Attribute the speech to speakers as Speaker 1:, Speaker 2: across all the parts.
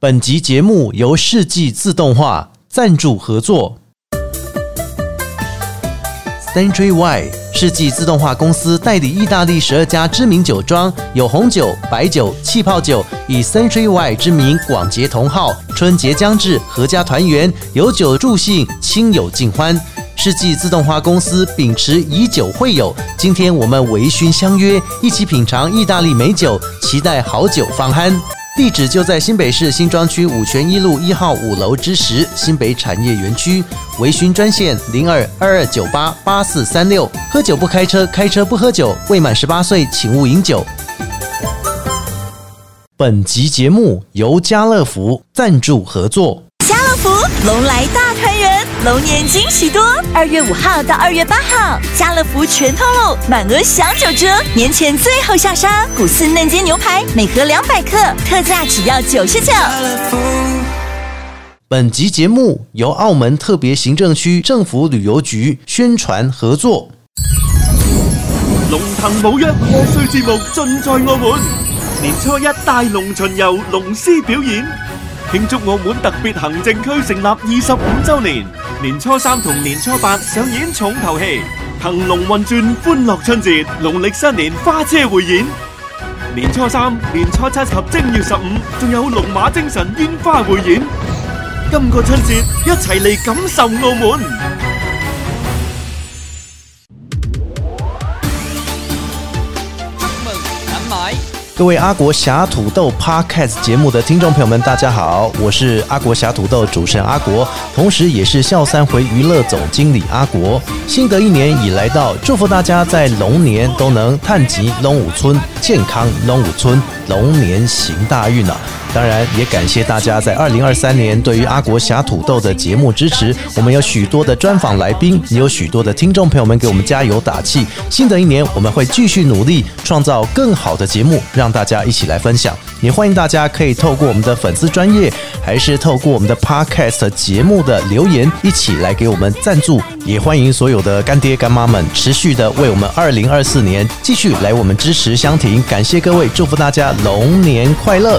Speaker 1: 本集节目由世纪自动化赞助合作。Century Y 世纪自动化公司代理意大利十二家知名酒庄，有红酒、白酒、气泡酒，以 Century Y 之名广结同好。春节将至，阖家团圆，有酒助兴，亲友尽欢。世纪自动化公司秉持以酒会友，今天我们微醺相约，一起品尝意大利美酒，期待好酒方酣。地址就在新北市新庄区五权一路一号五楼之十新北产业园区，维询专线零二二二九八八四三六。喝酒不开车，开车不喝酒，未满十八岁请勿饮酒。本集节目由家乐福赞助合作。
Speaker 2: 家乐福龙来大团圆，龙年惊喜多。二月五号到二月八号，家乐福全通路满额享九折，年前最后下杀，股四嫩煎牛排每盒两百克，特价只要九十九。
Speaker 1: 本集节目由澳门特别行政区政府旅游局宣传合作。
Speaker 3: 龙腾舞跃贺岁节目尽在澳门。年初一大龙巡游龙狮表演，庆祝澳门特别行政区成立二十五周年。年初三同年初八上演重头戏，腾龙运转欢乐春节，农历新年花车汇演。年初三、年初七及正月十五，仲有龙马精神烟花汇演。今个春节一齐嚟感受澳门。
Speaker 4: Chúc mừng năm mới.
Speaker 1: 各位阿国侠土豆 Podcast 节目的听众朋友们，大家好，我是阿国侠土豆主持人阿国，同时也是笑三回娱乐总经理阿国。新的一年已来到，祝福大家在龙年都能探及龙武村，健康龙武村，龙年行大运啊！当然，也感谢大家在二零二三年对于阿国侠土豆的节目支持。我们有许多的专访来宾，也有许多的听众朋友们给我们加油打气。新的一年，我们会继续努力，创造更好的节目，让大家一起来分享。也欢迎大家可以透过我们的粉丝专业，还是透过我们的 Podcast 节目的留言，一起来给我们赞助。也欢迎所有的干爹干妈们持续的为我们二零二四年继续来我们支持香婷。感谢各位，祝福大家龙年快乐！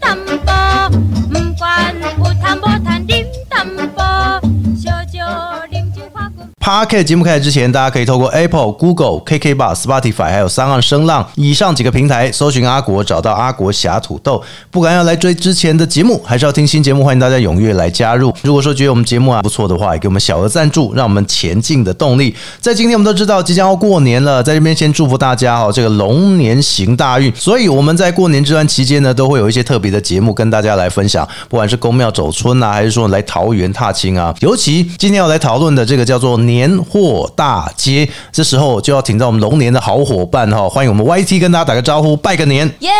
Speaker 5: tâm bò mâm quan u tham bò than điểm tâm bò cho cho điểm chữ hoa cùng
Speaker 1: Parket 节目开始之前，大家可以透过 Apple、Google、KK Bar、Spotify 还有三岸声浪以上几个平台搜寻阿国，找到阿国侠土豆。不管要来追之前的节目，还是要听新节目，欢迎大家踊跃来加入。如果说觉得我们节目啊不错的话，也给我们小额赞助，让我们前进的动力。在今天我们都知道即将要过年了，在这边先祝福大家哈、这个龙年行大运。所以我们在过年这段期间呢，都会有一些特别的节目跟大家来分享，不管是公庙走村啊，还是说来桃园踏青啊。尤其今天要来讨论的这个叫做年货大街，这时候就要请到我们龙年的好伙伴哈、欢迎我们 YT 跟大家打个招呼，拜个年。
Speaker 6: 耶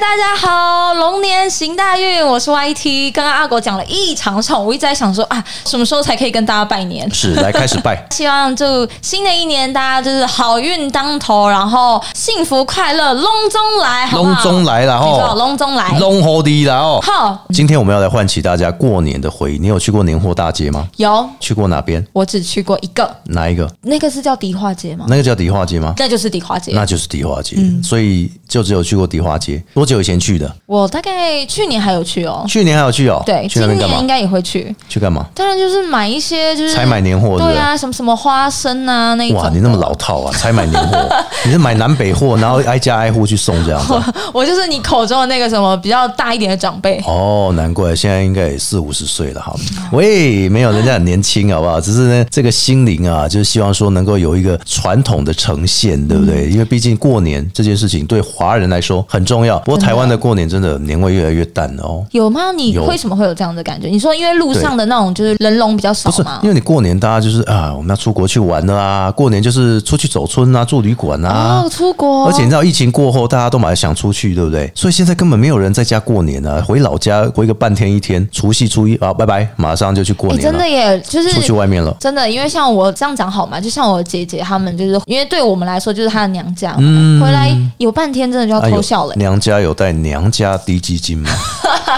Speaker 6: 大家好，龙年行大运，我是 YT。刚刚阿狗讲了一长串，我一直在想说啊，什么时候才可以跟大家拜年？
Speaker 1: 是，来开始拜。
Speaker 6: 希望就新的一年大家就是好运当头，然后幸福快乐，隆中来，好不
Speaker 1: 隆
Speaker 6: 好？
Speaker 1: 中来了
Speaker 6: 没错，
Speaker 1: 哈，
Speaker 6: 隆中来。
Speaker 1: 龙猴的啦哦。
Speaker 6: 好，
Speaker 1: 今天我们要来唤起大家过年的回忆。你有去过年货大街吗？
Speaker 6: 有，
Speaker 1: 去过哪边？
Speaker 6: 我只去过一个，
Speaker 1: 哪一个？
Speaker 6: 那个是叫迪化街吗？
Speaker 1: 那个叫迪化街吗？
Speaker 6: 那就是迪化街。
Speaker 1: 那就是迪化街，
Speaker 6: 嗯
Speaker 1: 所以就只有去过迪化街。多久以前去的？
Speaker 6: 我大概去年还有去哦，
Speaker 1: 去年还有去哦。
Speaker 6: 对，
Speaker 1: 去
Speaker 6: 今
Speaker 1: 那边干
Speaker 6: 年应
Speaker 1: 嘛？
Speaker 6: 该也会去。
Speaker 1: 去干嘛？
Speaker 6: 当然就是买一些就是
Speaker 1: 采买年货是不是
Speaker 6: 对啊，什么什么花生啊那一种。
Speaker 1: 哇，你那么老套 啊！才买年货，你是买南北货，然后挨家挨户去送这样子啊。
Speaker 6: 我就是你口中的那个什么比较大一点的长辈。
Speaker 1: 哦，难怪现在应该也四五十岁了哈。
Speaker 6: 嗯
Speaker 1: 喂，没有，人家很年轻，好不好？只是呢，这个心灵啊，就是希望说能够有一个传统的呈现，对不对？
Speaker 6: 嗯
Speaker 1: 因为毕竟过年这件事情对华人来说很重要。不过台湾的过年真的年味越来越淡了哦。
Speaker 6: 有吗？你
Speaker 1: 有
Speaker 6: 为什么会有这样的感觉？你说因为路上的那种就是人龙比较少
Speaker 1: 不是
Speaker 6: 吗，
Speaker 1: 因？为你过年大家就是啊，我们要出国去玩的啊，过年就是出去走村啊，住旅馆啊。
Speaker 6: 哦，出国，
Speaker 1: 而且你知道，疫情过后，大家都蛮想出去，对不对？所以现在根本没有人在家过年啊，回老家回个半天一天，除夕初一啊，拜拜，马上就去过
Speaker 6: 哎、
Speaker 1: 年
Speaker 6: 真
Speaker 1: 了，
Speaker 6: 的耶，就是
Speaker 1: 啊出去外面了。
Speaker 6: 真的，因为像我这样讲好嘛，就像我姐姐她们，就是因为对我们来说就是她的娘家嘛，回来有半天天真的就要
Speaker 1: 嗯哎
Speaker 6: 偷
Speaker 1: 呦
Speaker 6: 笑了、
Speaker 1: 娘家有带娘家低基金 吗？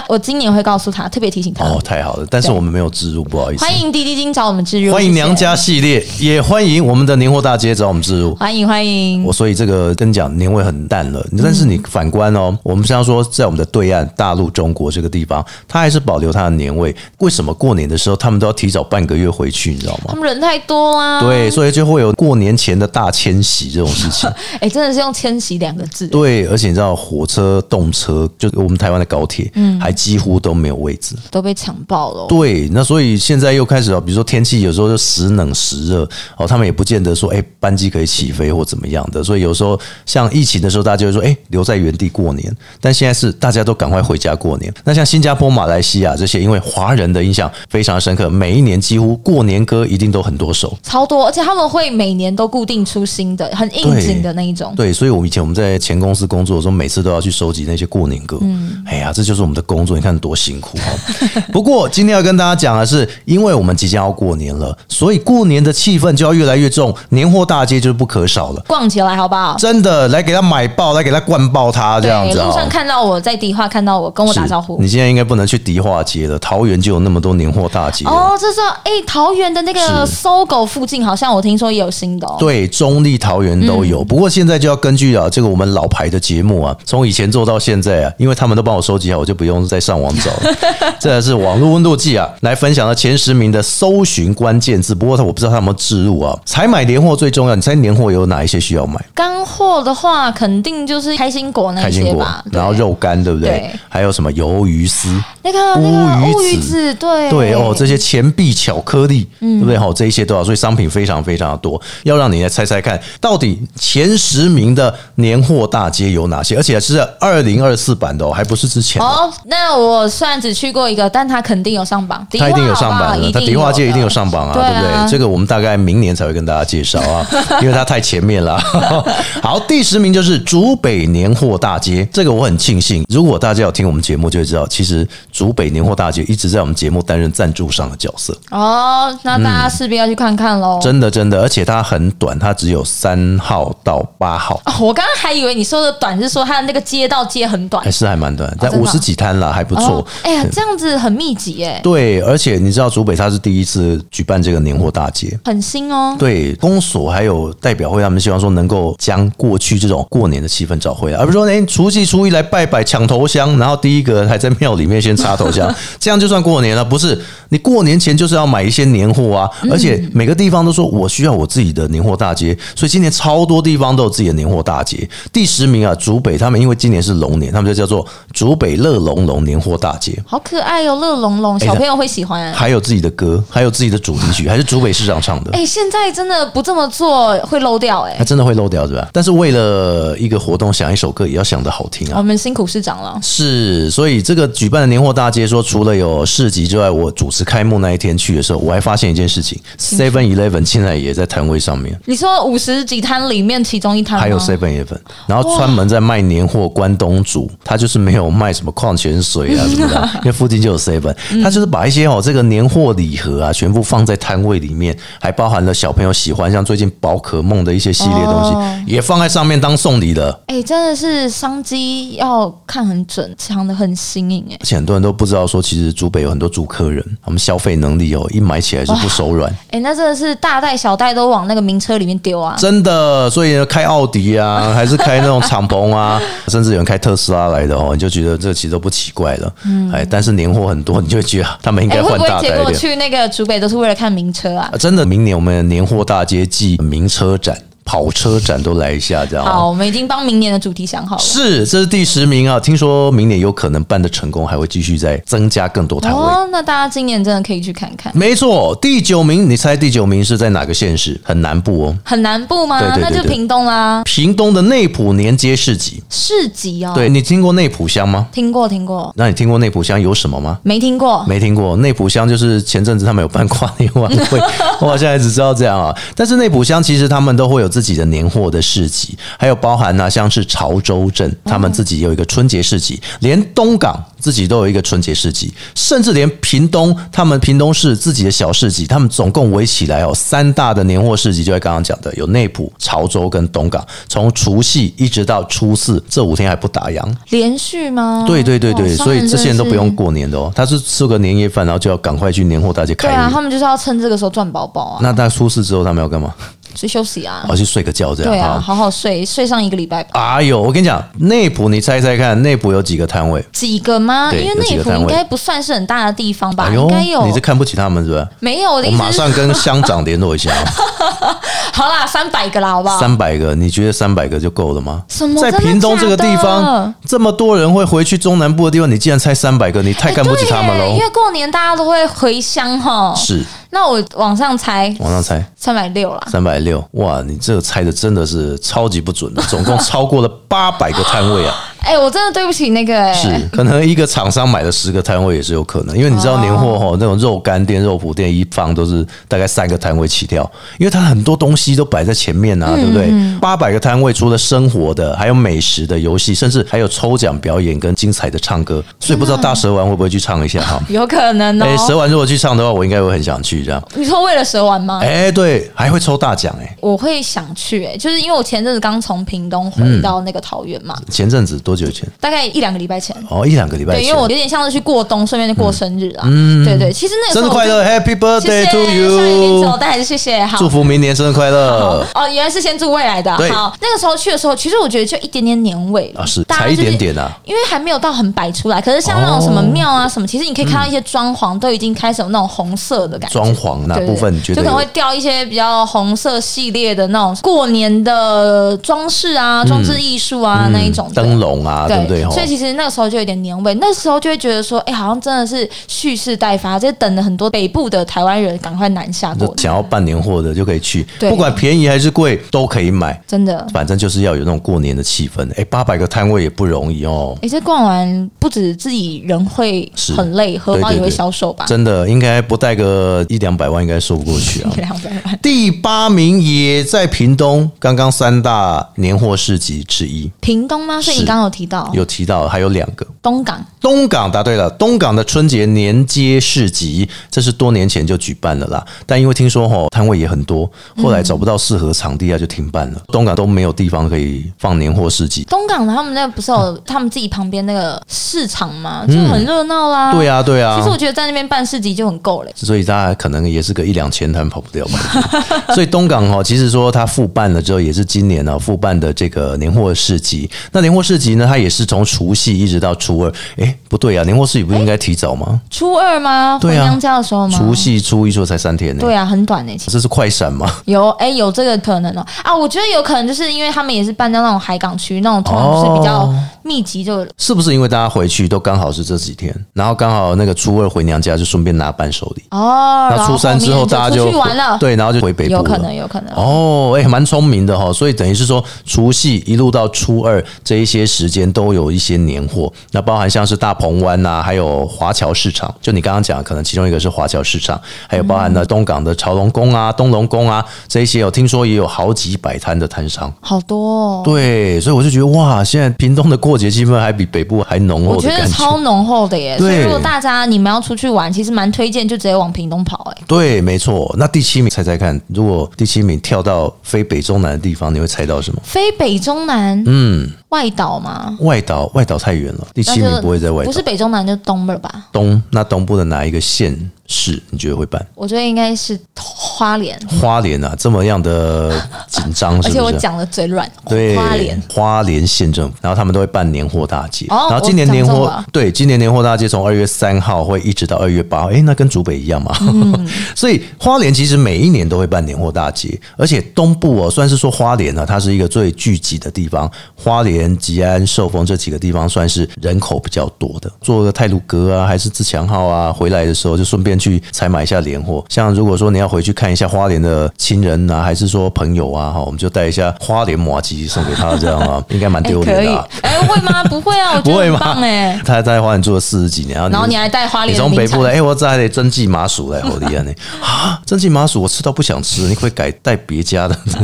Speaker 6: 我今年会告诉他，特别提醒他。
Speaker 1: 哦，太好了，但是
Speaker 6: 对
Speaker 1: 我们没有置入，不好意思。
Speaker 6: 欢迎滴滴金找我们置入，
Speaker 1: 欢迎
Speaker 6: 谢谢
Speaker 1: 娘，家系列，也欢迎我们的年货大街找我们置入。
Speaker 6: 欢迎欢迎
Speaker 1: 我。所以这个跟你讲，年味很淡了。但是你反观哦，我们像说在我们的对岸大陆中国这个地方，它还是保留它的年味。为什么过年的时候他们都要提早半个月回去？你知道
Speaker 6: 他
Speaker 1: 吗？
Speaker 6: 们人太多啊，，
Speaker 1: 对，所以就会有过年前的大迁徙这种事情。
Speaker 6: 哎、真的是用“迁徙”两个字，
Speaker 1: 对，而且你知道，火车、动车，就我们台湾的高铁，还几乎都没有位置。
Speaker 6: 都被抢爆了。哦
Speaker 1: 对，那所以现在又开始啊，比如说天气有时候就时冷时热哦，他们也不见得说，哎、班机可以起飞或怎么样的，所以有时候像疫情的时候，大家就会说，哎、留在原地过年，但现在是大家都赶快回家过年。那像新加坡、马来西亚这些，因为华人的印象非常深刻，每一年几乎过年歌一定都很多首。
Speaker 6: 超多，而且他们会每年都固定出新的，很应景的那一种。
Speaker 1: 对，所以我们以前我们在前公司工作的时候，每次都要去收集那些过年歌。
Speaker 6: 嗯
Speaker 1: 哎呀，这就是我们的工作，你看多辛苦 哦。不过今天要跟大家讲的是，因为我们即将要过年了，所以过年的气氛就要越来越重，年货大街就是不可少了。
Speaker 6: 逛起来好不好？
Speaker 1: 真的，来给他买爆，来给他灌爆他这
Speaker 6: 对，
Speaker 1: 样子啊、
Speaker 6: 哎路上看到我在迪化，看到我跟我
Speaker 1: 是
Speaker 6: 打招呼
Speaker 1: 你。现在应该不能去迪化街了，桃园就有那么多年货大街了。
Speaker 6: 哦，这是哎、桃园的那个
Speaker 1: 是
Speaker 6: 搜狗附近，好像我听说也有新的、哦。嗯
Speaker 1: 对，中立桃园都有。不过现在就要根据啊，这个我们老牌的节目啊，从以前做到现在啊，因为他们都帮我收集好，我就不用再上网找 了。这是网络温度计啊，来分享了前十名的搜寻关键字。不过我不知道他有没有置入啊。采买年货最重要，你猜年货有哪一些需要买？
Speaker 6: 干货的话，肯定就是开心果那
Speaker 1: 开心
Speaker 6: 些
Speaker 1: 果
Speaker 6: 吧，，对
Speaker 1: 然后肉干，对不对？
Speaker 6: 对
Speaker 1: 还有什么鱿鱼丝？
Speaker 6: 那个那个
Speaker 1: 乌
Speaker 6: 乌
Speaker 1: 鱼
Speaker 6: 鱼
Speaker 1: 子
Speaker 6: 子，对
Speaker 1: 对嗯哦，这些钱币、巧克力，对不对？好，这一些都要，所以商品非常非常的多。要让你来猜猜看，到底前十名的年货大街有哪些？而且是二零二四版的哦，还不是之前的。
Speaker 6: 哦，那我虽然只去过一个，但他肯定有上榜，
Speaker 1: 它一定有
Speaker 6: 迪化
Speaker 1: 上
Speaker 6: 吧
Speaker 1: 榜的，
Speaker 6: 一
Speaker 1: 它
Speaker 6: 定
Speaker 1: 迪化街一定有
Speaker 6: 的
Speaker 1: 上榜啊，
Speaker 6: 对
Speaker 1: 对
Speaker 6: 啊
Speaker 1: 不对？这个我们大概明年才会跟大家介绍 啊，因为它太前面了。 好，第十名就是竹北年货大街，这个我很庆幸。如果大家有听我们节目，就会知道，其实竹北年货大街一直在我们节目担任赞助商的角色。
Speaker 6: 哦，那
Speaker 1: 嗯
Speaker 6: 大家势必要去看看喽。
Speaker 1: 真的真的，而且它很短，它只有三号到八号，
Speaker 6: 哦我刚刚还以为你说的短是说它的那个街道街很短
Speaker 1: 还，是还蛮短，但
Speaker 6: 真
Speaker 1: 五
Speaker 6: 的啊
Speaker 1: 十几摊啦，还不错
Speaker 6: 哦。哎呀，这样子很密集耶，
Speaker 1: 对，而且你知道竹北它是第一次举办这个年货大街。
Speaker 6: 很新哦。
Speaker 1: 对，公所还有代表会，他们希望说能够将过去这种过年的气氛找回来，而不是说，哎、除夕初一来拜拜抢头香，然后第一个还在庙里面先插头香，这样就算过年了？不是，你过年前就是要买一些年货啊，而且每个地方都说我需要我自己的年货大街，所以今年超多地方都有自己的年货大街。第十名啊，竹北他们因为今年是龙年，他们就叫做竹北乐龙龙年货大街。
Speaker 6: 好可爱哦，乐融
Speaker 1: 哎
Speaker 6: 融，小朋友会喜欢。啊
Speaker 1: 还有自己的歌，还有自己的主题曲，还是竹北市长唱的。
Speaker 6: 哎，现在真的不这么做会漏掉哎
Speaker 1: 它。真的会漏掉，是吧？但是为了一个活动想一首歌，也要想得好听啊。
Speaker 6: 哦我们辛苦市长了，
Speaker 1: 是，所以这个举办的年货大街说，除了有市集之外，我主持开幕那一天去的时候，我还发现一件事情：Seven Eleven 现在也在摊位上面，
Speaker 6: 你说五十几摊里面其中一摊吗
Speaker 1: 还有 Seven Eleven，然后专门在卖年货关东煮，它就是没有卖什么矿泉水啊什么的， 因为附近就有 Seven，它就是把一些哦这个年货礼盒啊全部放在摊位里面，还包含了小朋友喜欢像最近宝可梦的一些系列东
Speaker 6: 哦
Speaker 1: 西，也放在上面当送礼的。
Speaker 6: 哎、真的是商机要看很准，藏的很新颖哎、
Speaker 1: 而且很多人都不知道说，其实竹北有很多竹客人，他们消费能力哦，一买起来是不手 软，
Speaker 6: 哎、那真的是大袋小袋都往那个名车里面丢啊！
Speaker 1: 真的。所以呢开奥迪啊，还是开那种敞篷啊， 甚至有人开特斯拉来的哦，你就觉得这其实都不奇怪了。哎，但是年货很多，你就会觉得他们应
Speaker 6: 嗯哎、
Speaker 1: 该
Speaker 6: 会
Speaker 1: 换
Speaker 6: 不会
Speaker 1: 大
Speaker 6: 结
Speaker 1: 袋一
Speaker 6: 果
Speaker 1: 点。
Speaker 6: 去那个竹北都是为了看名车啊
Speaker 1: 啊？真的，明年我们的年货大街暨名车展、跑车展都来一下，这样哦。
Speaker 6: 好，我们已经帮明年的主题想好了。
Speaker 1: 是，这是第十名啊！听说明年有可能办的成功，还会继续再增加更多摊位。
Speaker 6: 哦，那大家今年真的可以去看看。
Speaker 1: 没错，第九名，你猜第九名是在哪个县市？很南部哦，
Speaker 6: 很南部吗？
Speaker 1: 对对对
Speaker 6: 那就
Speaker 1: 对
Speaker 6: 屏东啦，
Speaker 1: 屏东的内埔年街市集。
Speaker 6: 市集哦。
Speaker 1: 对，你听过内埔乡吗？
Speaker 6: 听过听过，
Speaker 1: 那你听过内埔乡有什么吗？
Speaker 6: 没听过。
Speaker 1: 没听过，内埔乡就是前阵子他们有办跨年晚会，我好像也只知道这样啊。但是内埔乡其实他们都会有自己的年货的市集，还有包含呢、啊像是潮州镇，他们自己有一个春节市集，连东港自己都有一个春节市集，甚至连屏东，他们屏东市自己的小市集，他们总共围起来哦，三大的年货市集，就在刚刚讲的，有内埔、潮州跟东港，从除夕一直到初四，这五天还不打烊。
Speaker 6: 连续吗？
Speaker 1: 对对对
Speaker 6: 哇
Speaker 1: 对，
Speaker 6: 商
Speaker 1: 所以
Speaker 6: 哦人
Speaker 1: 这些人都不
Speaker 6: 真的
Speaker 1: 用
Speaker 6: 是
Speaker 1: 过年的哦，他是吃个年夜饭，然后就要赶快去年货大街开
Speaker 6: 对啊，
Speaker 1: 业
Speaker 6: 他。们就是要趁这个时候赚饱饱啊，
Speaker 1: 那他出事之后，他们要干嘛？
Speaker 6: 去休息啊
Speaker 1: 哦，。去睡个觉这样。
Speaker 6: 对啊，
Speaker 1: 好
Speaker 6: 好好睡，睡上一个礼拜吧。
Speaker 1: 哎呦，我跟你讲，内埔你猜猜看，内埔有几个摊位？
Speaker 6: 几个吗？
Speaker 1: 对
Speaker 6: 因为
Speaker 1: 有几
Speaker 6: 内
Speaker 1: 个
Speaker 6: 埔
Speaker 1: 单位
Speaker 6: 应该不算是很大的地方吧，
Speaker 1: 哎
Speaker 6: 应
Speaker 1: 呦
Speaker 6: 该，有
Speaker 1: 你是看不起他们是不是？
Speaker 6: 没有？我的
Speaker 1: 我
Speaker 6: 意
Speaker 1: 马
Speaker 6: 思是，
Speaker 1: 上跟乡长联络一下， 啊
Speaker 6: 好啦，三百个啦，好不好？
Speaker 1: 三百个，你觉得三百个就够了吗？
Speaker 6: 什么
Speaker 1: 在
Speaker 6: 真的
Speaker 1: 屏东
Speaker 6: 假
Speaker 1: 这个地方
Speaker 6: 的，
Speaker 1: 这么多人会回去中南部的地方，你竟然猜三百个，你太
Speaker 6: 哎
Speaker 1: 看不起他们
Speaker 6: 对耶
Speaker 1: 喽
Speaker 6: 因！为过年大家都会回乡哈。
Speaker 1: 是，
Speaker 6: 那我往上猜
Speaker 1: 往上猜
Speaker 6: 三百六啦。
Speaker 1: 三百六，哇，你这个猜的真的是超级不准的，总共超过了八百个摊位啊！
Speaker 6: 哎、我真的对不起那个哎、
Speaker 1: 是，可能一个厂商买了十个摊位也是有可能，因为你知道年货吼，那种肉干店、肉脯店一放都是大概三个摊位起跳，因为它很多东西都摆在前面啊，对不对？八百个摊位，除了生活的，还有美食的、游戏，甚至还有抽奖表演跟精彩的唱歌，所以不知道大蛇丸会不会去唱一下哈？
Speaker 6: 有可能哦、
Speaker 1: 哎，蛇丸如果去唱的话，我应该会很想去这样。
Speaker 6: 你说为了蛇丸吗？
Speaker 1: 哎，对，还会抽大奖哎、
Speaker 6: 我会想去、哎，就是因为我前阵子刚从屏东回到那个桃园嘛，
Speaker 1: 前阵子多久前？
Speaker 6: 大概一两个礼拜前。
Speaker 1: 哦，一两个礼嗯拜
Speaker 6: 对，
Speaker 1: 前。嗯
Speaker 6: 因为我有点像是去过冬，顺便就过生日啊。对对，其实那个
Speaker 1: 生
Speaker 6: 时
Speaker 1: 日
Speaker 6: 候
Speaker 1: 快乐，Happy
Speaker 6: 我就，谢
Speaker 1: Birthday
Speaker 6: 谢，
Speaker 1: to
Speaker 6: 下雨天走，
Speaker 1: you！
Speaker 6: 但还是谢谢，好，
Speaker 1: 祝福明年生日快乐。
Speaker 6: 哦，原来是先祝未来的。啊
Speaker 1: 对
Speaker 6: 好，那个时候去的时候，其实我觉得就一点点年味了
Speaker 1: 啊是
Speaker 6: 大家
Speaker 1: 才一
Speaker 6: 就是
Speaker 1: 点点啊，哦
Speaker 6: 因为还没有到很摆出来。可是像那种什么庙啊什么，其实你可以
Speaker 1: 嗯
Speaker 6: 看到一些装潢都已经开始有那种红色的感觉。
Speaker 1: 装潢那
Speaker 6: 对对
Speaker 1: 部分，
Speaker 6: 对
Speaker 1: 你觉得
Speaker 6: 就可能
Speaker 1: 有
Speaker 6: 会掉一些比较红色系列的那种过年的装饰啊、装置艺术啊那一种的
Speaker 1: 嗯灯笼啊，对不对？
Speaker 6: 所以
Speaker 1: 吼
Speaker 6: 其实那个时候就有点年味，那时候就会觉得说，哎、好像真的是蓄势待发，就等了很多北部的台湾人赶快南下
Speaker 1: 就
Speaker 6: 过年，
Speaker 1: 想要办年货的就可以去，
Speaker 6: 对
Speaker 1: 不管便宜还是贵都可以买，
Speaker 6: 真的。
Speaker 1: 反正就是要有那种过年的气氛。哎，八百个摊位也不容易哦，
Speaker 6: 哎、这逛完不止自己人会
Speaker 1: 是
Speaker 6: 很累，荷包
Speaker 1: 对对
Speaker 6: 也会
Speaker 1: 对
Speaker 6: 消瘦吧？。
Speaker 1: 真的应该不带个一两百万应该说不过去啊
Speaker 6: 两百万，
Speaker 1: 第八名也在屏东，刚刚三大年货市集之一，
Speaker 6: 屏东吗？所以
Speaker 1: 是
Speaker 6: 你刚刚有提到
Speaker 1: 有提到还有两个，
Speaker 6: 东港，
Speaker 1: 东港答对了，东港的春节年街市集，这是多年前就举办了啦，但因为听说吼、摊位也很多，后来找不到适合场地啊，就停办
Speaker 6: 嗯
Speaker 1: 了。东港都没有地方可以放年货市集。
Speaker 6: 东港的他们那不是有他们自己旁边那个市场吗？就很热闹啦。
Speaker 1: 嗯对啊，对啊。
Speaker 6: 嗯其实我觉得在那边办市集就很够嘞。
Speaker 1: 所以大家可能也是个一两千摊跑不 掉吧。所以东港哈、哦，其实说它复办了之后，也是今年呢、哦、复办的这个年货市集。那年货市集呢，它也是从除夕一直到初二。诶，不对啊，年货市集不应该提早吗？
Speaker 6: 初二吗？
Speaker 1: 对啊
Speaker 6: 回娘家的时候吗？
Speaker 1: 除。夕、初一、初二才三天呢。
Speaker 6: 哦对啊，很短诶、其实
Speaker 1: 这是快闪吗？
Speaker 6: 有哎、有这个可能哦、啊，我觉得有可能就是因为他们也是办在那种海港区，那种通常就是比较
Speaker 1: 哦
Speaker 6: 密集就，
Speaker 1: 是不是因为大家回去都刚好是这几天，然后刚好那个初二回娘家就顺便拿伴手礼，
Speaker 6: 哦，
Speaker 1: 那
Speaker 6: 然后
Speaker 1: 初三之
Speaker 6: 后面
Speaker 1: 大家
Speaker 6: 就
Speaker 1: 就
Speaker 6: 出去玩了，，
Speaker 1: 对，然后就回北部
Speaker 6: 有可能
Speaker 1: 了
Speaker 6: 有可能。
Speaker 1: 哦，哎、蛮聪明的哈、所以等于是说，除夕一路到初二这一些时间都有一些年货，那包含像是大鹏湾呐、还有华侨市场，就你刚刚讲，可能其中一个是华侨市场，还有包含了东港的潮龙宫啊、东龙宫啊这一些有听说也有好几百摊的摊商，
Speaker 6: 好多、哦，
Speaker 1: 对，所以我就觉得哇，现在屏东的过节气氛还比北部还浓厚
Speaker 6: 我
Speaker 1: 的
Speaker 6: 觉
Speaker 1: 感
Speaker 6: 得
Speaker 1: 觉。
Speaker 6: 超浓厚的耶。
Speaker 1: 对
Speaker 6: 所以如果大家你们要出去玩，其实蛮推荐就直接往屏东跑哎。
Speaker 1: 对，没错。那第七名，猜猜看，如果第七名跳到非北中南的地方，你会猜到什么？
Speaker 6: 非北中南，嗯，外岛嘛，
Speaker 1: 外岛，外岛太远了，第七
Speaker 6: 那
Speaker 1: 名
Speaker 6: 就
Speaker 1: 不会在外岛。
Speaker 6: 不是北中南就东了吧？
Speaker 1: 东，那东部的哪一个县市你觉得会办？
Speaker 6: 我觉得应该是花莲，
Speaker 1: 花莲啊，这么样的紧张， 是哦不
Speaker 6: 而
Speaker 1: 是？
Speaker 6: 且我讲的嘴软，
Speaker 1: 对，
Speaker 6: 花莲。
Speaker 1: 花莲县政府，然后他们都会办年货大街。
Speaker 6: 哦
Speaker 1: 然后今年
Speaker 6: 我
Speaker 1: 年
Speaker 6: 讲中
Speaker 1: 货
Speaker 6: 了
Speaker 1: 对，今年年货大街从二月三号会一直到二月八号，诶，那跟竹北一样嘛。
Speaker 6: 嗯
Speaker 1: 所以花莲其实每一年都会办年货大街，而且东部哦，算是说花莲呢、它是一个最聚集的地方。花莲、吉安、寿丰这几个地方算是人口比较多的，坐个泰鲁阁啊，还是自强号啊，回来的时候就顺便去采买一下年货。像如果说你要回去看一下花莲的亲人啊，还是说朋友啊，哈，我们就带一下花莲麻吉送给他，这样 啊，应该蛮
Speaker 6: 哎
Speaker 1: 丢
Speaker 6: 可
Speaker 1: 脸
Speaker 6: 以
Speaker 1: 的啊、，
Speaker 6: 哎，会吗？不会啊，我觉
Speaker 1: 不
Speaker 6: 得
Speaker 1: 会
Speaker 6: 很
Speaker 1: 吗
Speaker 6: 棒？哎。
Speaker 1: 他在花莲住了四十几年，然后
Speaker 6: 然后
Speaker 1: 就
Speaker 6: 你还带花莲
Speaker 1: 你
Speaker 6: 的
Speaker 1: 从北
Speaker 6: 名
Speaker 1: 部
Speaker 6: 产
Speaker 1: 来，哎、我这还得蒸汽麻薯嘞，我的天呢！ 啊，蒸汽麻薯我吃到不想吃，你可不可以改带别家的。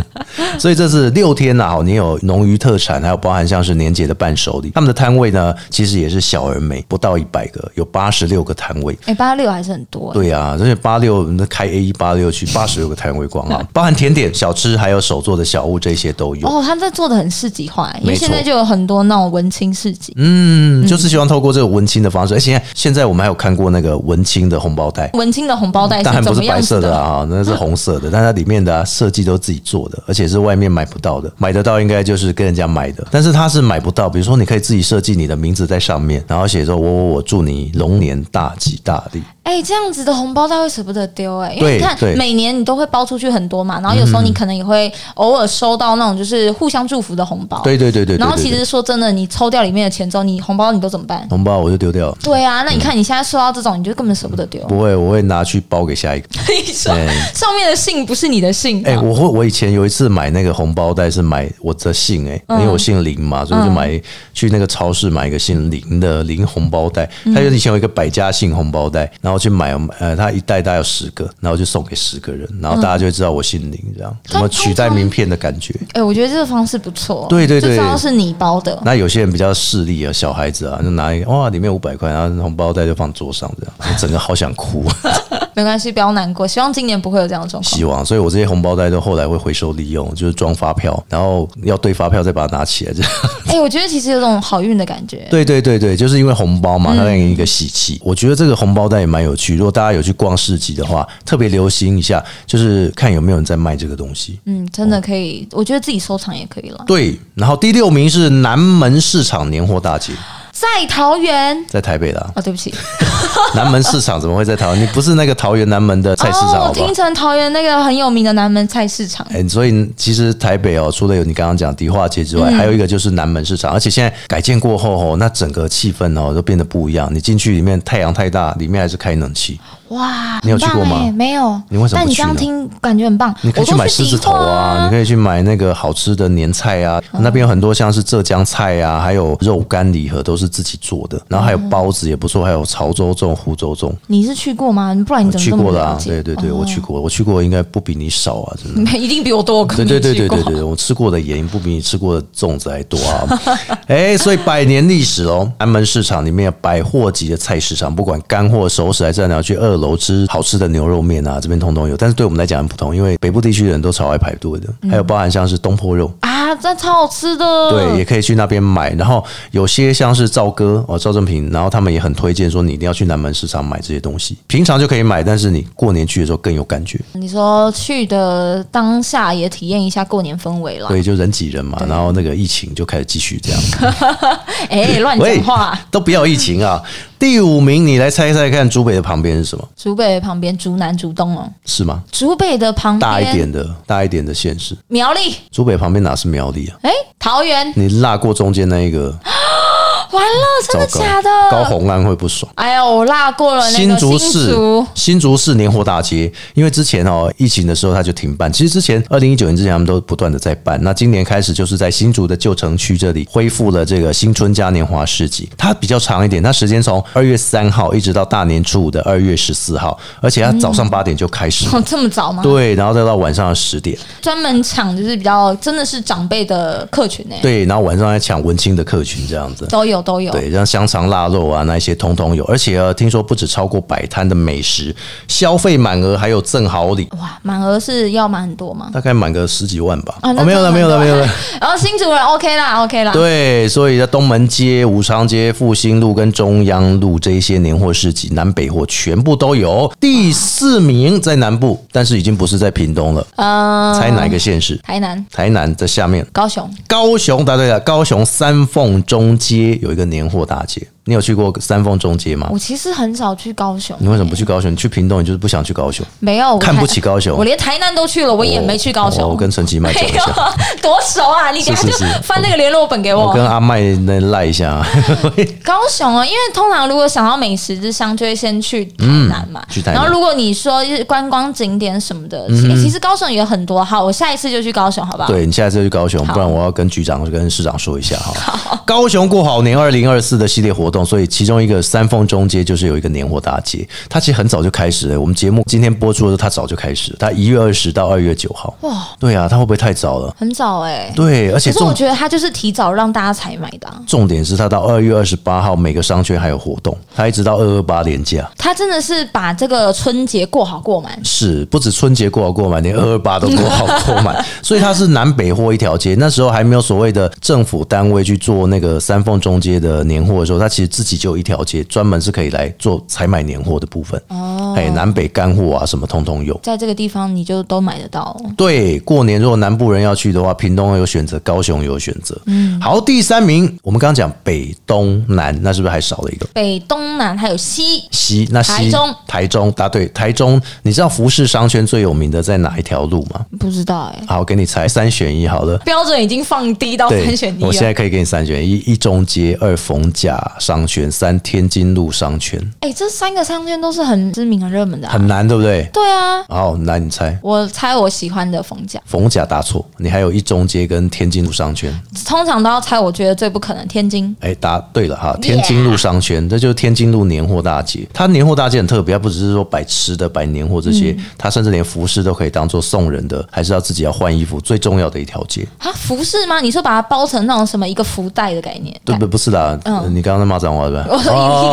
Speaker 1: 所以这是六天呐、啊，你有农渔特产，还有包含像是年节的伴手礼。他们的摊位呢，其实也是小而美，不到一百个，有八十六个摊位。
Speaker 6: 哎，八六还是很多。
Speaker 1: 对啊，而且八六那开 A 一八六去八十六个摊位逛 啊，包含甜点、小吃，还有手做的小物，这些都有。
Speaker 6: 哦，他在做的很市集化，因为
Speaker 1: 没错
Speaker 6: 现在就有很多那种文青市集。
Speaker 1: 嗯，就是希望透过这个文青的方式，而且现在我们还有看过那个文青的红包袋，
Speaker 6: 文青的红包
Speaker 1: 嗯
Speaker 6: 袋
Speaker 1: 当然
Speaker 6: 哎怎
Speaker 1: 不是
Speaker 6: 么样
Speaker 1: 白
Speaker 6: 子
Speaker 1: 色的
Speaker 6: 的？
Speaker 1: 啊，那是红色 的，但它里面的啊设计都是自己做的，而且是外面买不到的，买得到应该就是跟人家买的，但是它是买不到。比如说，你可以自己设计你的名字在上面，然后写说我我我祝你龙年大吉大利。
Speaker 6: 哎，这样子的红包袋会舍不得丢哎，因
Speaker 1: 对
Speaker 6: 为你看
Speaker 1: 对嗯
Speaker 6: 每年你都会包出去很多嘛，然后有时候你可能也会偶尔收到那种就是互相祝福的红包。
Speaker 1: 对对对对对
Speaker 6: 然后
Speaker 1: 对
Speaker 6: 其
Speaker 1: 对
Speaker 6: 实说真的，你抽掉里面的钱之后，你红包你都怎么办？
Speaker 1: 红包我就丢掉了。
Speaker 6: 对啊，那你看你现在收到这种，你就根本舍不得丢。
Speaker 1: 不会，我会拿去包给下一个。
Speaker 6: 你说
Speaker 1: 哎
Speaker 6: 上面的信不是你的啊信
Speaker 1: 哎、
Speaker 6: 吗，
Speaker 1: 我会，我以前有一次买那个红包袋是买我的姓哎、因为我姓林嘛，所以我就买、去那个超市买一个姓林的林红包袋。他就以前有一个百家姓红包袋，然后去买呃，他一袋大概有十个，然后就送给十个人，然后大家就会知道我姓林，这样什么取代名片的感觉。
Speaker 6: 哎、我觉得这个方式不错。
Speaker 1: 对对对
Speaker 6: 就知道是你包的。
Speaker 1: 那有些人比较势利啊，小孩子啊，就拿一个哇，里面五百块，然后红包袋就放桌上，这样整个好想哭，
Speaker 6: 没关系，不要难过。希望今年不会有这样的状况
Speaker 1: 希。望。所以我这些红包袋都后来会回收利用，就是装发票，然后要对发票再把它拿起来，这样。
Speaker 6: 哎、我觉得其实有种好运的感觉。
Speaker 1: 对对对对，就是因为红包
Speaker 6: 嗯
Speaker 1: 嘛，它给你一个喜气。我觉得这个红包袋也蛮有趣，如果大家有去逛市集的话，特别留心一下，就是看有没有人在卖这个东西。
Speaker 6: 嗯，真的可以，我觉得自己收藏也可以了。
Speaker 1: 对，然后第六名是南门市场年货大集，
Speaker 6: 在桃园。
Speaker 1: 在台北 啦。
Speaker 6: 哦，对不起，
Speaker 1: 南门市场怎么会在台湾？你不是那个桃园南门的菜市场
Speaker 6: 哦，
Speaker 1: 好
Speaker 6: 我
Speaker 1: 不好
Speaker 6: 听？成桃园那个很有名的南门菜市场。
Speaker 1: 哎、所以其实台北哦，除了有你刚刚讲迪化街之外，
Speaker 6: 嗯
Speaker 1: 还有一个就是南门市场，而且现在改建过后哦，那整个气氛哦都变得不一样。你进去里面太阳太大，里面还是开冷气，
Speaker 6: 哇，
Speaker 1: 你有去
Speaker 6: 很棒
Speaker 1: 过吗
Speaker 6: 哎没有。
Speaker 1: 你为什么不
Speaker 6: 但你
Speaker 1: 去
Speaker 6: 刚刚
Speaker 1: 呢
Speaker 6: 听，感觉很棒。
Speaker 1: 你可以
Speaker 6: 我
Speaker 1: 去
Speaker 6: 都
Speaker 1: 买狮子头
Speaker 6: 迪化
Speaker 1: 啊，你可以去买那个好吃的年菜啊，
Speaker 6: 嗯
Speaker 1: 那边有很多像是浙江菜啊，还有肉干礼盒都是自己做的，然后还有
Speaker 6: 嗯
Speaker 1: 包子也不错，还有潮州粽、湖州粽，
Speaker 6: 你是去过吗？不然你
Speaker 1: 我
Speaker 6: 怎么
Speaker 1: 去
Speaker 6: 这么
Speaker 1: 过了
Speaker 6: 了
Speaker 1: 啊，
Speaker 6: 解哦
Speaker 1: 对对对，我去过，我去过应该不比你少啊，真的。
Speaker 6: 你 一定比我多。我根
Speaker 1: 对
Speaker 6: 本
Speaker 1: 对对对
Speaker 6: 没去
Speaker 1: 对
Speaker 6: 过
Speaker 1: 对，我吃过的盐不比你吃过的粽子还多啊！ 哎，所以百年历史哦，南门市场里面有百货级的菜市场，不管干货、熟食，还是你要去二楼吃好吃的牛肉面啊，这边通通有。但是对我们来讲很普通，因为北部地区的人都超爱排队的，还有包含像是东坡肉。
Speaker 6: 啊，这超好吃的。
Speaker 1: 对，也可以去那边买。然后有些像是赵哥哦，赵正平，然后他们也很推荐说你一定要去南门市场买这些东西，平常就可以买，但是你过年去的时候更有感觉。
Speaker 6: 你说去的当下也体验一下过年氛围啦。
Speaker 1: 对，就人挤人嘛，然后那个疫情就开始继续这样。
Speaker 6: 哎、乱
Speaker 1: 喂
Speaker 6: 讲话。
Speaker 1: 都不要疫情啊！第五名，你来猜猜看，竹北的旁边是什么？
Speaker 6: 竹北旁边，竹南、竹东哦。
Speaker 1: 是吗？
Speaker 6: 竹北的旁边，
Speaker 1: 大一点的，大一点的县市。
Speaker 6: 苗栗，
Speaker 1: 竹北旁边哪是苗栗啊？
Speaker 6: 哎、桃园，
Speaker 1: 你落过中间那一个，
Speaker 6: 完了，啊
Speaker 1: 糟
Speaker 6: 真的
Speaker 1: 糕
Speaker 6: 假的？，
Speaker 1: 高红安会不爽。
Speaker 6: 哎呦，我落过了那
Speaker 1: 新
Speaker 6: 个
Speaker 1: 竹
Speaker 6: 新
Speaker 1: 市
Speaker 6: 竹，
Speaker 1: 新竹市年货大街，因为之前哦疫情的时候它就停办，其实之前二零一九年之前他们都不断的在办，那今年开始就是在新竹的旧城区这里恢复了这个新春嘉年华市集，它比较长一点，它时间从二月三号一直到大年初五的二月十四号，而且它早
Speaker 6: 嗯
Speaker 1: 上八点就开始。
Speaker 6: 哦，这么早吗？，
Speaker 1: 对，然后再到晚上的十点，
Speaker 6: 专门抢就是比较真的是长辈的客群哎、
Speaker 1: 对，然后晚上还抢文青的客群这样子，
Speaker 6: 都有都有。
Speaker 1: 对，像香肠、腊肉啊，那一些通通有，而且呃，听说不止超过百摊的美食，消费满额还有赠好礼，
Speaker 6: 哇，满额是要满很多吗？
Speaker 1: 大概满个十几万吧。
Speaker 6: 啊那
Speaker 1: 哦，没有了，没有了，没有了。
Speaker 6: 然后新竹人 OK 啦，OK 啦。
Speaker 1: 对，所以在东门街、武昌街、复兴路跟中央路这一些年货市集，南北货全部都有。第四名在南部，但是已经不是在屏东了，
Speaker 6: 嗯、
Speaker 1: 猜哪一个县市？
Speaker 6: 台南、
Speaker 1: 台南在下面，
Speaker 6: 高雄，
Speaker 1: 高雄答对了，高雄三凤中街有一个年货大街，你有去过三凤中街吗
Speaker 6: 我？其实很少去高雄，
Speaker 1: 你为什么不去高雄？你去屏东，你就是不想去高雄。
Speaker 6: 没有我
Speaker 1: 看不
Speaker 6: 台
Speaker 1: 起高雄
Speaker 6: 我连台南都去了，我也没去高雄。
Speaker 1: 哦我我 跟陈其迈讲
Speaker 6: 没
Speaker 1: 一
Speaker 6: 有
Speaker 1: 下，
Speaker 6: 多熟啊！你给他
Speaker 1: 是
Speaker 6: 就是
Speaker 1: 是
Speaker 6: 翻那个联络本给
Speaker 1: 我
Speaker 6: 我。
Speaker 1: 跟阿麦那赖一下啊，
Speaker 6: 高雄啊，因为通常如果想要美食之乡，就会先去台南嘛。
Speaker 1: 嗯去台南嗯
Speaker 6: 然后如果你说就是观光景点什么的，诶其实高雄也很多。好，我下一次就去高雄，好不好？
Speaker 1: 对你现在就去高雄，
Speaker 6: 好
Speaker 1: 不然我要跟局长跟市长说一下哈。高雄过好年二零二四的系列活动，所以其中一个三凤中街就是有一个年货大街，它其实很早就开始了。我们节目今天播出的时候，它早就开始了，它一月二十到二月九号。哇，对啊，它会不会太早了？
Speaker 6: 很早哎、
Speaker 1: 对，而且
Speaker 6: 可是
Speaker 1: 重
Speaker 6: 我觉得他就是提早让大家采买的啊、
Speaker 1: 重点是它到二月二十八号每个商圈还有活动，它一直到二二八连假。
Speaker 6: 他真的是把这个春节过好过满。
Speaker 1: 是，不止春节过好过满，连二二八都过好过满，所以它是南北货一条街。那时候还没有所谓的政府单位去做那个三凤中街的年货的时候，它其实自己就有一条街，专门是可以来做采买年货的部分。哦，哎，南北干货啊，什么通通有。
Speaker 6: 在这个地方你就都买得到哦、
Speaker 1: 对，过年如果南部人要去的话，屏东有选择，高雄有选择。嗯，好，第三名，我们刚刚讲北东南，那是不是还少了一个？
Speaker 6: 北、东南还有西，
Speaker 1: 西那西
Speaker 6: 台中
Speaker 1: 台中答对，台中，你知道服饰商圈最有名的在哪一条路吗？
Speaker 6: 不知道哎、
Speaker 1: 好，给你猜三选一好了。
Speaker 6: 标准已经放低到
Speaker 1: 对
Speaker 6: 哦三选一，啊
Speaker 1: 我现在
Speaker 6: 了。
Speaker 1: 可以给你三选一：一中街、二逢甲商圈、三天津路商圈。
Speaker 6: 哎、这三个商圈都是很知名、很热门的、啊。
Speaker 1: 很难，对不对？
Speaker 6: 对啊，
Speaker 1: 好，来你猜。
Speaker 6: 我猜我喜欢的逢甲，
Speaker 1: 逢甲答错，你还有一中街跟天津路商圈。
Speaker 6: 通常都要猜我觉得最不可能天津。
Speaker 1: 哎，答对了哈，天津路商圈这就是天津路年货大街。它年货大街很特别，它不只是说摆吃的、摆年货这些，
Speaker 6: 嗯
Speaker 1: 它甚至连服饰都可以当做送人的，还是要自己要换衣服最重要的一条街。
Speaker 6: 啊，服饰吗？你说把它包成那种什么一个福袋的概念？
Speaker 1: 对不？不是啦，
Speaker 6: 嗯
Speaker 1: 你刚刚在骂脏话对吧？
Speaker 6: 我说一个概念，一个概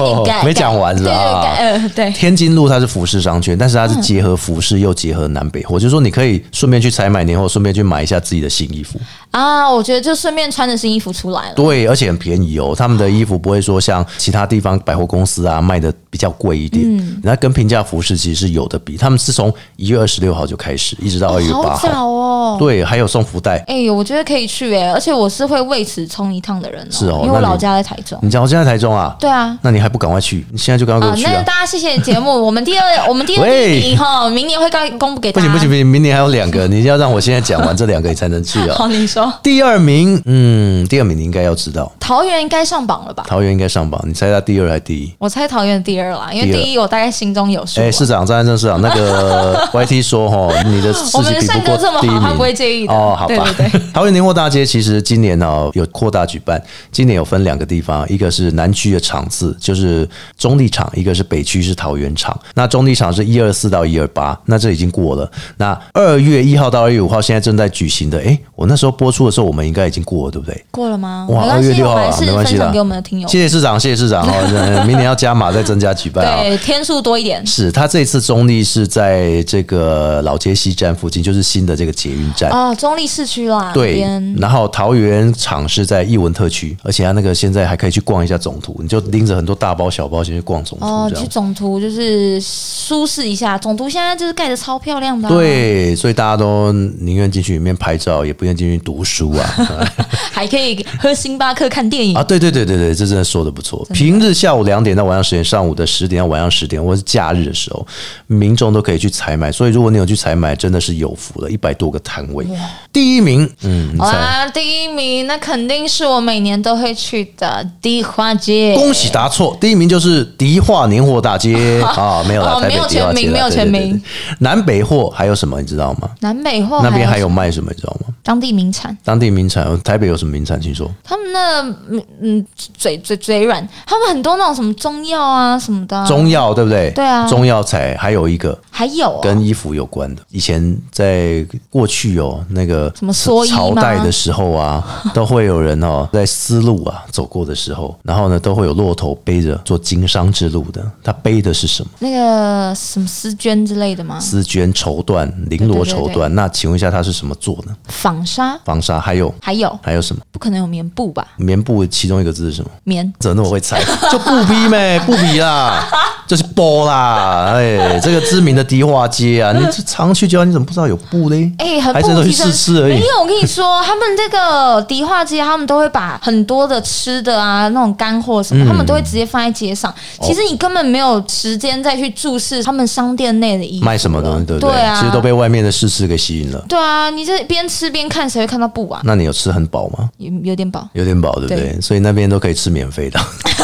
Speaker 6: 念概，
Speaker 1: 哦没讲完是啊吧？
Speaker 6: 对对对，呃，对。
Speaker 1: 天津路它是服饰商圈，但是它是结合服饰又结合南北
Speaker 6: 嗯
Speaker 1: 货，就是说你可以顺便去采买年货，顺便去买一下自己的新衣服。
Speaker 6: 啊，我觉得就顺便穿着新衣服出来了。
Speaker 1: 对，而且很便宜哦，他们的衣服不会说像其他地方百货公司啊卖的比较贵一点，
Speaker 6: 嗯
Speaker 1: 那、跟平价服饰其实是有的比。他们是从一月二十六号就开始，一直到二月八
Speaker 6: 好
Speaker 1: 号。
Speaker 6: 早哦。
Speaker 1: 对，还有送福袋。
Speaker 6: 哎、我觉得可以去哎、而且我是会为此冲一趟的人、哦，
Speaker 1: 是哦
Speaker 6: 因为
Speaker 1: 那
Speaker 6: 我
Speaker 1: 你
Speaker 6: 老家在台中。
Speaker 1: 你知道我现在台中啊？
Speaker 6: 对啊。
Speaker 1: 那你还不赶快去？你现在就赶快给
Speaker 6: 啊
Speaker 1: 我，去
Speaker 6: 那
Speaker 1: 啊！
Speaker 6: 大家谢谢节目， 我们第二我们第二
Speaker 1: 喂
Speaker 6: 名哈，明年会公公布给
Speaker 1: 不
Speaker 6: 大家。
Speaker 1: 行不行不行，明年还有两 个，你要让我现在讲完这两个，你才能去啊、
Speaker 6: 好，你说
Speaker 1: 第二名，嗯，第二名你应该要知道，
Speaker 6: 桃园应该上榜了吧？
Speaker 1: 桃园应该上榜，你猜他第二还是第一？
Speaker 6: 我猜桃园第二啦，因为
Speaker 1: 第二
Speaker 6: 第一我大概心中有数啊。
Speaker 1: 哎、市长张安正市长，那 个 YT 说哈，你的
Speaker 6: 我
Speaker 1: 成
Speaker 6: 们
Speaker 1: 绩比
Speaker 6: 善
Speaker 1: 不
Speaker 6: 哥
Speaker 1: 过
Speaker 6: 这么
Speaker 1: 第一
Speaker 6: 好，
Speaker 1: 名，
Speaker 6: 他不会介意的。
Speaker 1: 哦，好吧。
Speaker 6: 对对对，
Speaker 1: 桃园年货大街其实今年哦有扩大举办，今年有分两个地方，一个是南区的场次，就是中立场；一个是北区是桃园场。那中立场是一二四到一二八，那这已经过了。那二月一号到二月五号现在正在举行的，哎、我那时候播出的时候，我们应该已经过了，对不对？
Speaker 6: 过了吗？
Speaker 1: 哇，
Speaker 6: 没
Speaker 1: 二
Speaker 6: 关
Speaker 1: 月
Speaker 6: 系，
Speaker 1: 六
Speaker 6: 我
Speaker 1: 号
Speaker 6: 们还
Speaker 1: 啊，
Speaker 6: 是
Speaker 1: 没关系
Speaker 6: 分
Speaker 1: 啦
Speaker 6: 享给我们的听友。
Speaker 1: 谢谢市长，谢谢市长哈， 呃明年要加码，再增加举办啊。
Speaker 6: 对，天数多一点。
Speaker 1: 是他这次中立是在这个老街西站附近，就是新的这个捷运站。
Speaker 6: 哦，中立市区啦，那
Speaker 1: 对嗯
Speaker 6: 边，
Speaker 1: 然后桃园厂是在艺文特区，而且他那个现在还可以去逛一下总图，你就拎着很多大包小包先去逛总
Speaker 6: 哦
Speaker 1: 图，这
Speaker 6: 去
Speaker 1: 样。
Speaker 6: 总图就是舒适一下。总图现在就是盖的超漂亮的、啊，，
Speaker 1: 对，所以大家都宁愿进去里面拍照，也不愿意进去读书啊
Speaker 6: 还可以喝星巴克看电影。
Speaker 1: 啊！对对对对对，这真的说的不错。平日下午两点到晚上十点，上午的十点到晚上十点，或是假日的时候，民众都可以去采买。所以如果你有去采买，真的是有福了，一百多个摊位，第一名，嗯，你
Speaker 6: 好
Speaker 1: 猜。
Speaker 6: 啦，第一名那肯定是我每年都会去的迪化街。
Speaker 1: 恭喜答错，第一名就是迪化年货大街 啊，没有啦，
Speaker 6: 哦
Speaker 1: 台北
Speaker 6: 没有
Speaker 1: 迪化
Speaker 6: 全
Speaker 1: 街
Speaker 6: 名
Speaker 1: 啦
Speaker 6: 没有
Speaker 1: 对对
Speaker 6: 全。
Speaker 1: 对
Speaker 6: 名哦
Speaker 1: 对南北货还有什么你知道吗？
Speaker 6: 南美货
Speaker 1: 那边还有
Speaker 6: 什么
Speaker 1: 卖什么你知道吗？
Speaker 6: 当地名产，
Speaker 1: 当地名产，台北有什么名产？请说。
Speaker 6: 他们那嗯嗯嘴嘴嘴软，他们很多那种什么中药啊什么的啊、
Speaker 1: 中药对不对？
Speaker 6: 对啊
Speaker 1: 中药材还有一个
Speaker 6: 还有、哦、
Speaker 1: 跟衣服有关的，以前在过去哦，那个
Speaker 6: 什么蓑衣吗
Speaker 1: 朝代的时候啊，都会有人哦在丝路啊走过的时候，然后呢都会有骆驼背着做经商之路的，他背的是什么？
Speaker 6: 那个什么丝绢之类的吗？
Speaker 1: 丝绢、绸缎、绫罗绸
Speaker 6: 对对对
Speaker 1: 缎。那请问一下，它是什么做的？
Speaker 6: 纺纱，
Speaker 1: 纺纱，还有
Speaker 6: 还有
Speaker 1: 还有什么？
Speaker 6: 不可能有棉布吧？
Speaker 1: 棉布其中一个字是什么？
Speaker 6: 棉
Speaker 1: 怎么那么会猜？就布匹呗，布匹啦，就是波啦。哎，这个知名的的迪化街啊，你常去街湾，你怎么不知道有布嘞？
Speaker 6: 嗯哎、很
Speaker 1: 还
Speaker 6: 不
Speaker 1: 真都
Speaker 6: 提
Speaker 1: 去
Speaker 6: 升
Speaker 1: 试吃而已
Speaker 6: 没。有，我跟你 说，他们这个迪化街，他们都会把很多的吃的啊，那种干货什么，
Speaker 1: 嗯哦
Speaker 6: 他们都会直接放在街上。其实你根本没有时间再去注视他们商店内的衣服
Speaker 1: 卖什么东西，对
Speaker 6: 对
Speaker 1: 不对？
Speaker 6: 啊，
Speaker 1: 其实都被外面的试吃给吸引了。
Speaker 6: 对啊，你这边吃边看，谁会看到布啊？
Speaker 1: 那你有吃很饱吗？
Speaker 6: 有有点饱。
Speaker 1: 有点饱，对不对？
Speaker 6: 对
Speaker 1: 所以那边都可以吃免费的，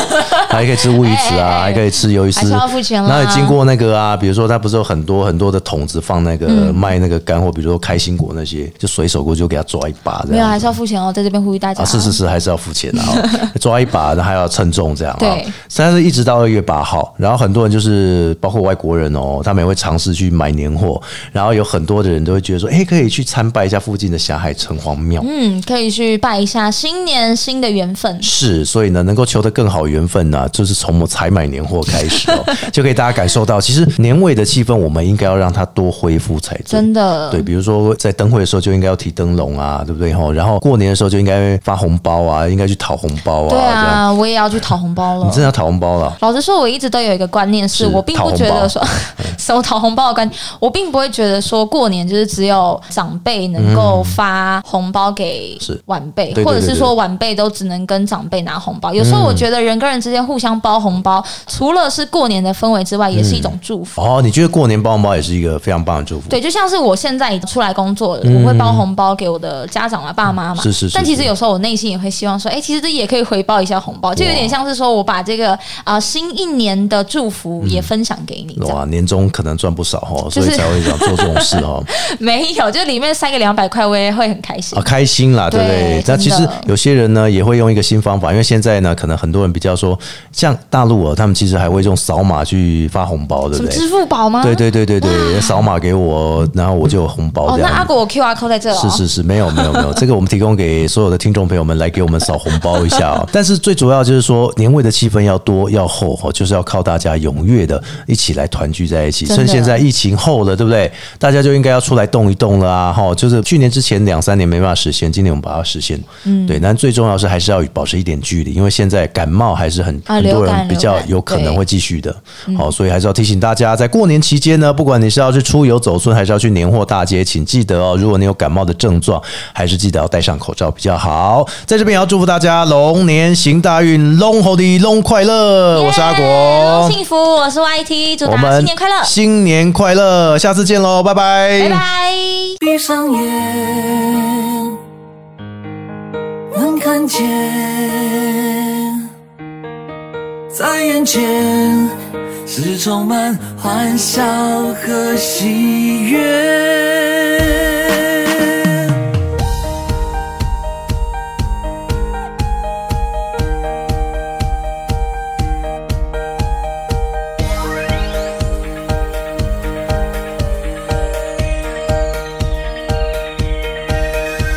Speaker 1: 还可以吃乌鱼子
Speaker 6: 哎哎
Speaker 1: 啊，
Speaker 6: 哎
Speaker 1: 还可以吃鱿鱼丝，
Speaker 6: 还是要付钱啦
Speaker 1: 然后也经过那个啊，比如说它不是有很多很多的桶子放那个、
Speaker 6: 嗯
Speaker 1: 卖那个干货，比如说开心果那些，就随手过去就给他抓一把这样子。
Speaker 6: 没有，还是要付钱哦，在这边呼吁大家。
Speaker 1: 啊，是是是，还是要付钱的哦， 抓一把，然后还要称重这样啊
Speaker 6: 对。
Speaker 1: 但是一直到二月八号，然后很多人就是包括外国人哦，他们也会尝试去买年货，然后有很多的人都会觉得说，哎，可以去参拜一下附近的霞海城隍庙。
Speaker 6: 嗯，可以去拜一下新年新的缘分。
Speaker 1: 是，所以呢，能够求得更好缘分呢、就是从我采买年货开始 哦，就给大家感受到，其实年味的气氛，我们应该要让它多恢复才对。
Speaker 6: 真的
Speaker 1: 对，比如说在灯会的时候就应该要提灯笼啊，对不对吼？然后过年的时候就应该发红包啊，应该去讨红包啊，
Speaker 6: 对
Speaker 1: 这样。
Speaker 6: 啊，我也要去讨红包
Speaker 1: 你
Speaker 6: 了
Speaker 1: 真。的要讨红包了？
Speaker 6: 老实说，我一直都有一个观念是，
Speaker 1: 是
Speaker 6: 我并不觉得说
Speaker 1: 嗯
Speaker 6: 什么讨红包的观念，我并不会觉得说过年就是只有长辈能够发红包给
Speaker 1: 嗯是
Speaker 6: 晚辈，
Speaker 1: 对对对嗯
Speaker 6: 或者是说晚辈都只能跟长辈拿红包。有时候我觉得人跟人之间互相包红包，除了是过年的氛围之外，也是一种祝福。
Speaker 1: 哦，你觉得过年包红包也是一个非常棒的祝福？
Speaker 6: 对，就像是我现在已经出来工作了，我会包红包给我的家长啊、爸妈嘛。
Speaker 1: 嗯是是是
Speaker 6: 但其实
Speaker 1: 是
Speaker 6: 有时候我内心也会希望说，哎、其实这也可以回报一下红包，就有点像是说我把这个啊、新一年的祝福也分享给你。这
Speaker 1: 嗯
Speaker 6: 样
Speaker 1: 哇，年终可能赚不少哦，所以
Speaker 6: 就是
Speaker 1: 才会想做这种事哦。
Speaker 6: 没有，就里面塞个两百块，我也会很开心
Speaker 1: 啊，。开心啦，对不对
Speaker 6: 对？
Speaker 1: 那
Speaker 6: 真的
Speaker 1: 其实有些人呢也会用一个新方法，因为现在呢，可能很多人比较说，像大陆哦，他们其实还会用扫码去发红包，对
Speaker 6: 什
Speaker 1: 不
Speaker 6: 么
Speaker 1: 对
Speaker 6: 支？付宝吗？
Speaker 1: 对对对对对，扫码给我，然后我就有红包
Speaker 6: 哦，
Speaker 1: 这
Speaker 6: 那
Speaker 1: 样。
Speaker 6: 阿果我 QR code 在这哦。
Speaker 1: 是是是，没有没有 没有，这个我们提供给所有的听众朋友们来给我们扫红包一下哦。 但是最主要就是说，年味的气氛要多要厚哦，就是要靠大家踊跃的一起来团聚在一起。
Speaker 6: 真
Speaker 1: 趁
Speaker 6: 的
Speaker 1: 现在疫情后了，对不对？大家就应该要出来动一动了啊！哈，就是去年之前两三年没办法实现，今年我们把它实现。嗯，对。但最重要是还是要保持一点距离，因为现在感冒还是很、
Speaker 6: 啊
Speaker 1: 很多
Speaker 6: 流感
Speaker 1: 人比较
Speaker 6: 流感
Speaker 1: 有可能
Speaker 6: 对
Speaker 1: 会。会继续的。
Speaker 6: 嗯
Speaker 1: 好、所以还是要提醒大家，在过年期间呢，不管你是要去出游走村，还是要去年货大街，请记得哦，如果你有感冒的症状，还是记得要戴上口罩比较好。在这边也要祝福大家龙年行大运，龙猴的龙快乐！我是阿国，
Speaker 6: 幸福，我是 YT，祝
Speaker 1: 我
Speaker 6: 大家
Speaker 1: 们
Speaker 6: 新年快乐，
Speaker 1: 新年快乐，下次见喽，拜拜，
Speaker 6: 拜拜。
Speaker 7: 闭上眼，能看见，在眼前是充满欢笑和喜悦。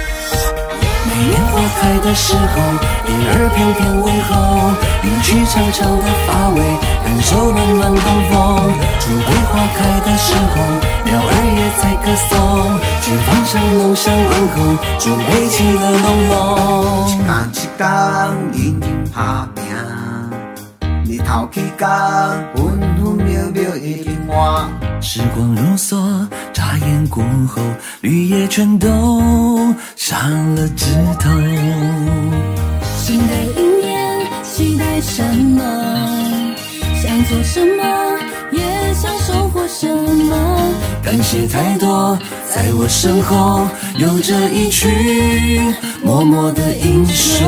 Speaker 7: 年花开的时候，燕儿翩翩问候，邻居悄悄的发尾，感受暖暖东风。竹桂花开的时候，鸟儿也在歌颂，群芳香浓香问候，准备起了浓浓。
Speaker 8: 一天一天因打拼，日头起甲分分秒秒的生活。
Speaker 7: 时光如梭，眨眼过后，绿叶全都上了枝头。
Speaker 9: 新的一年，期待什么？想做什么，也想收获什么。
Speaker 7: 感谢太多，在我身后有着一群默默的英雄。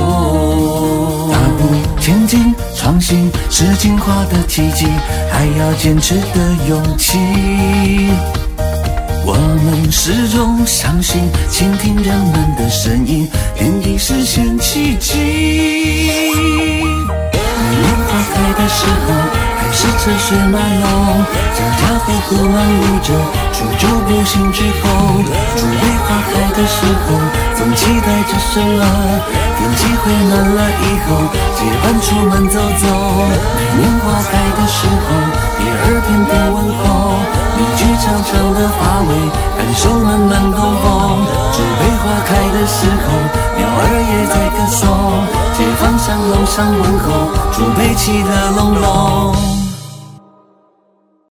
Speaker 7: 大步前进，创新是进化的奇迹，还要坚持的勇气。我们始终相信，倾听人们的声音，天地实现奇迹。莲花开的时候，还是车水马龙，家家户户忙碌着，处处不幸之后。竹梅花开的时候，总期待着什么？天气回暖了以后，结伴出门走走。莲花开的时候，蝶儿翩翩问候，邻居悄悄的发尾，感受暖暖东风。竹梅花开的时候，鸟儿也在歌颂，街坊巷弄上问候，竹北起了隆隆。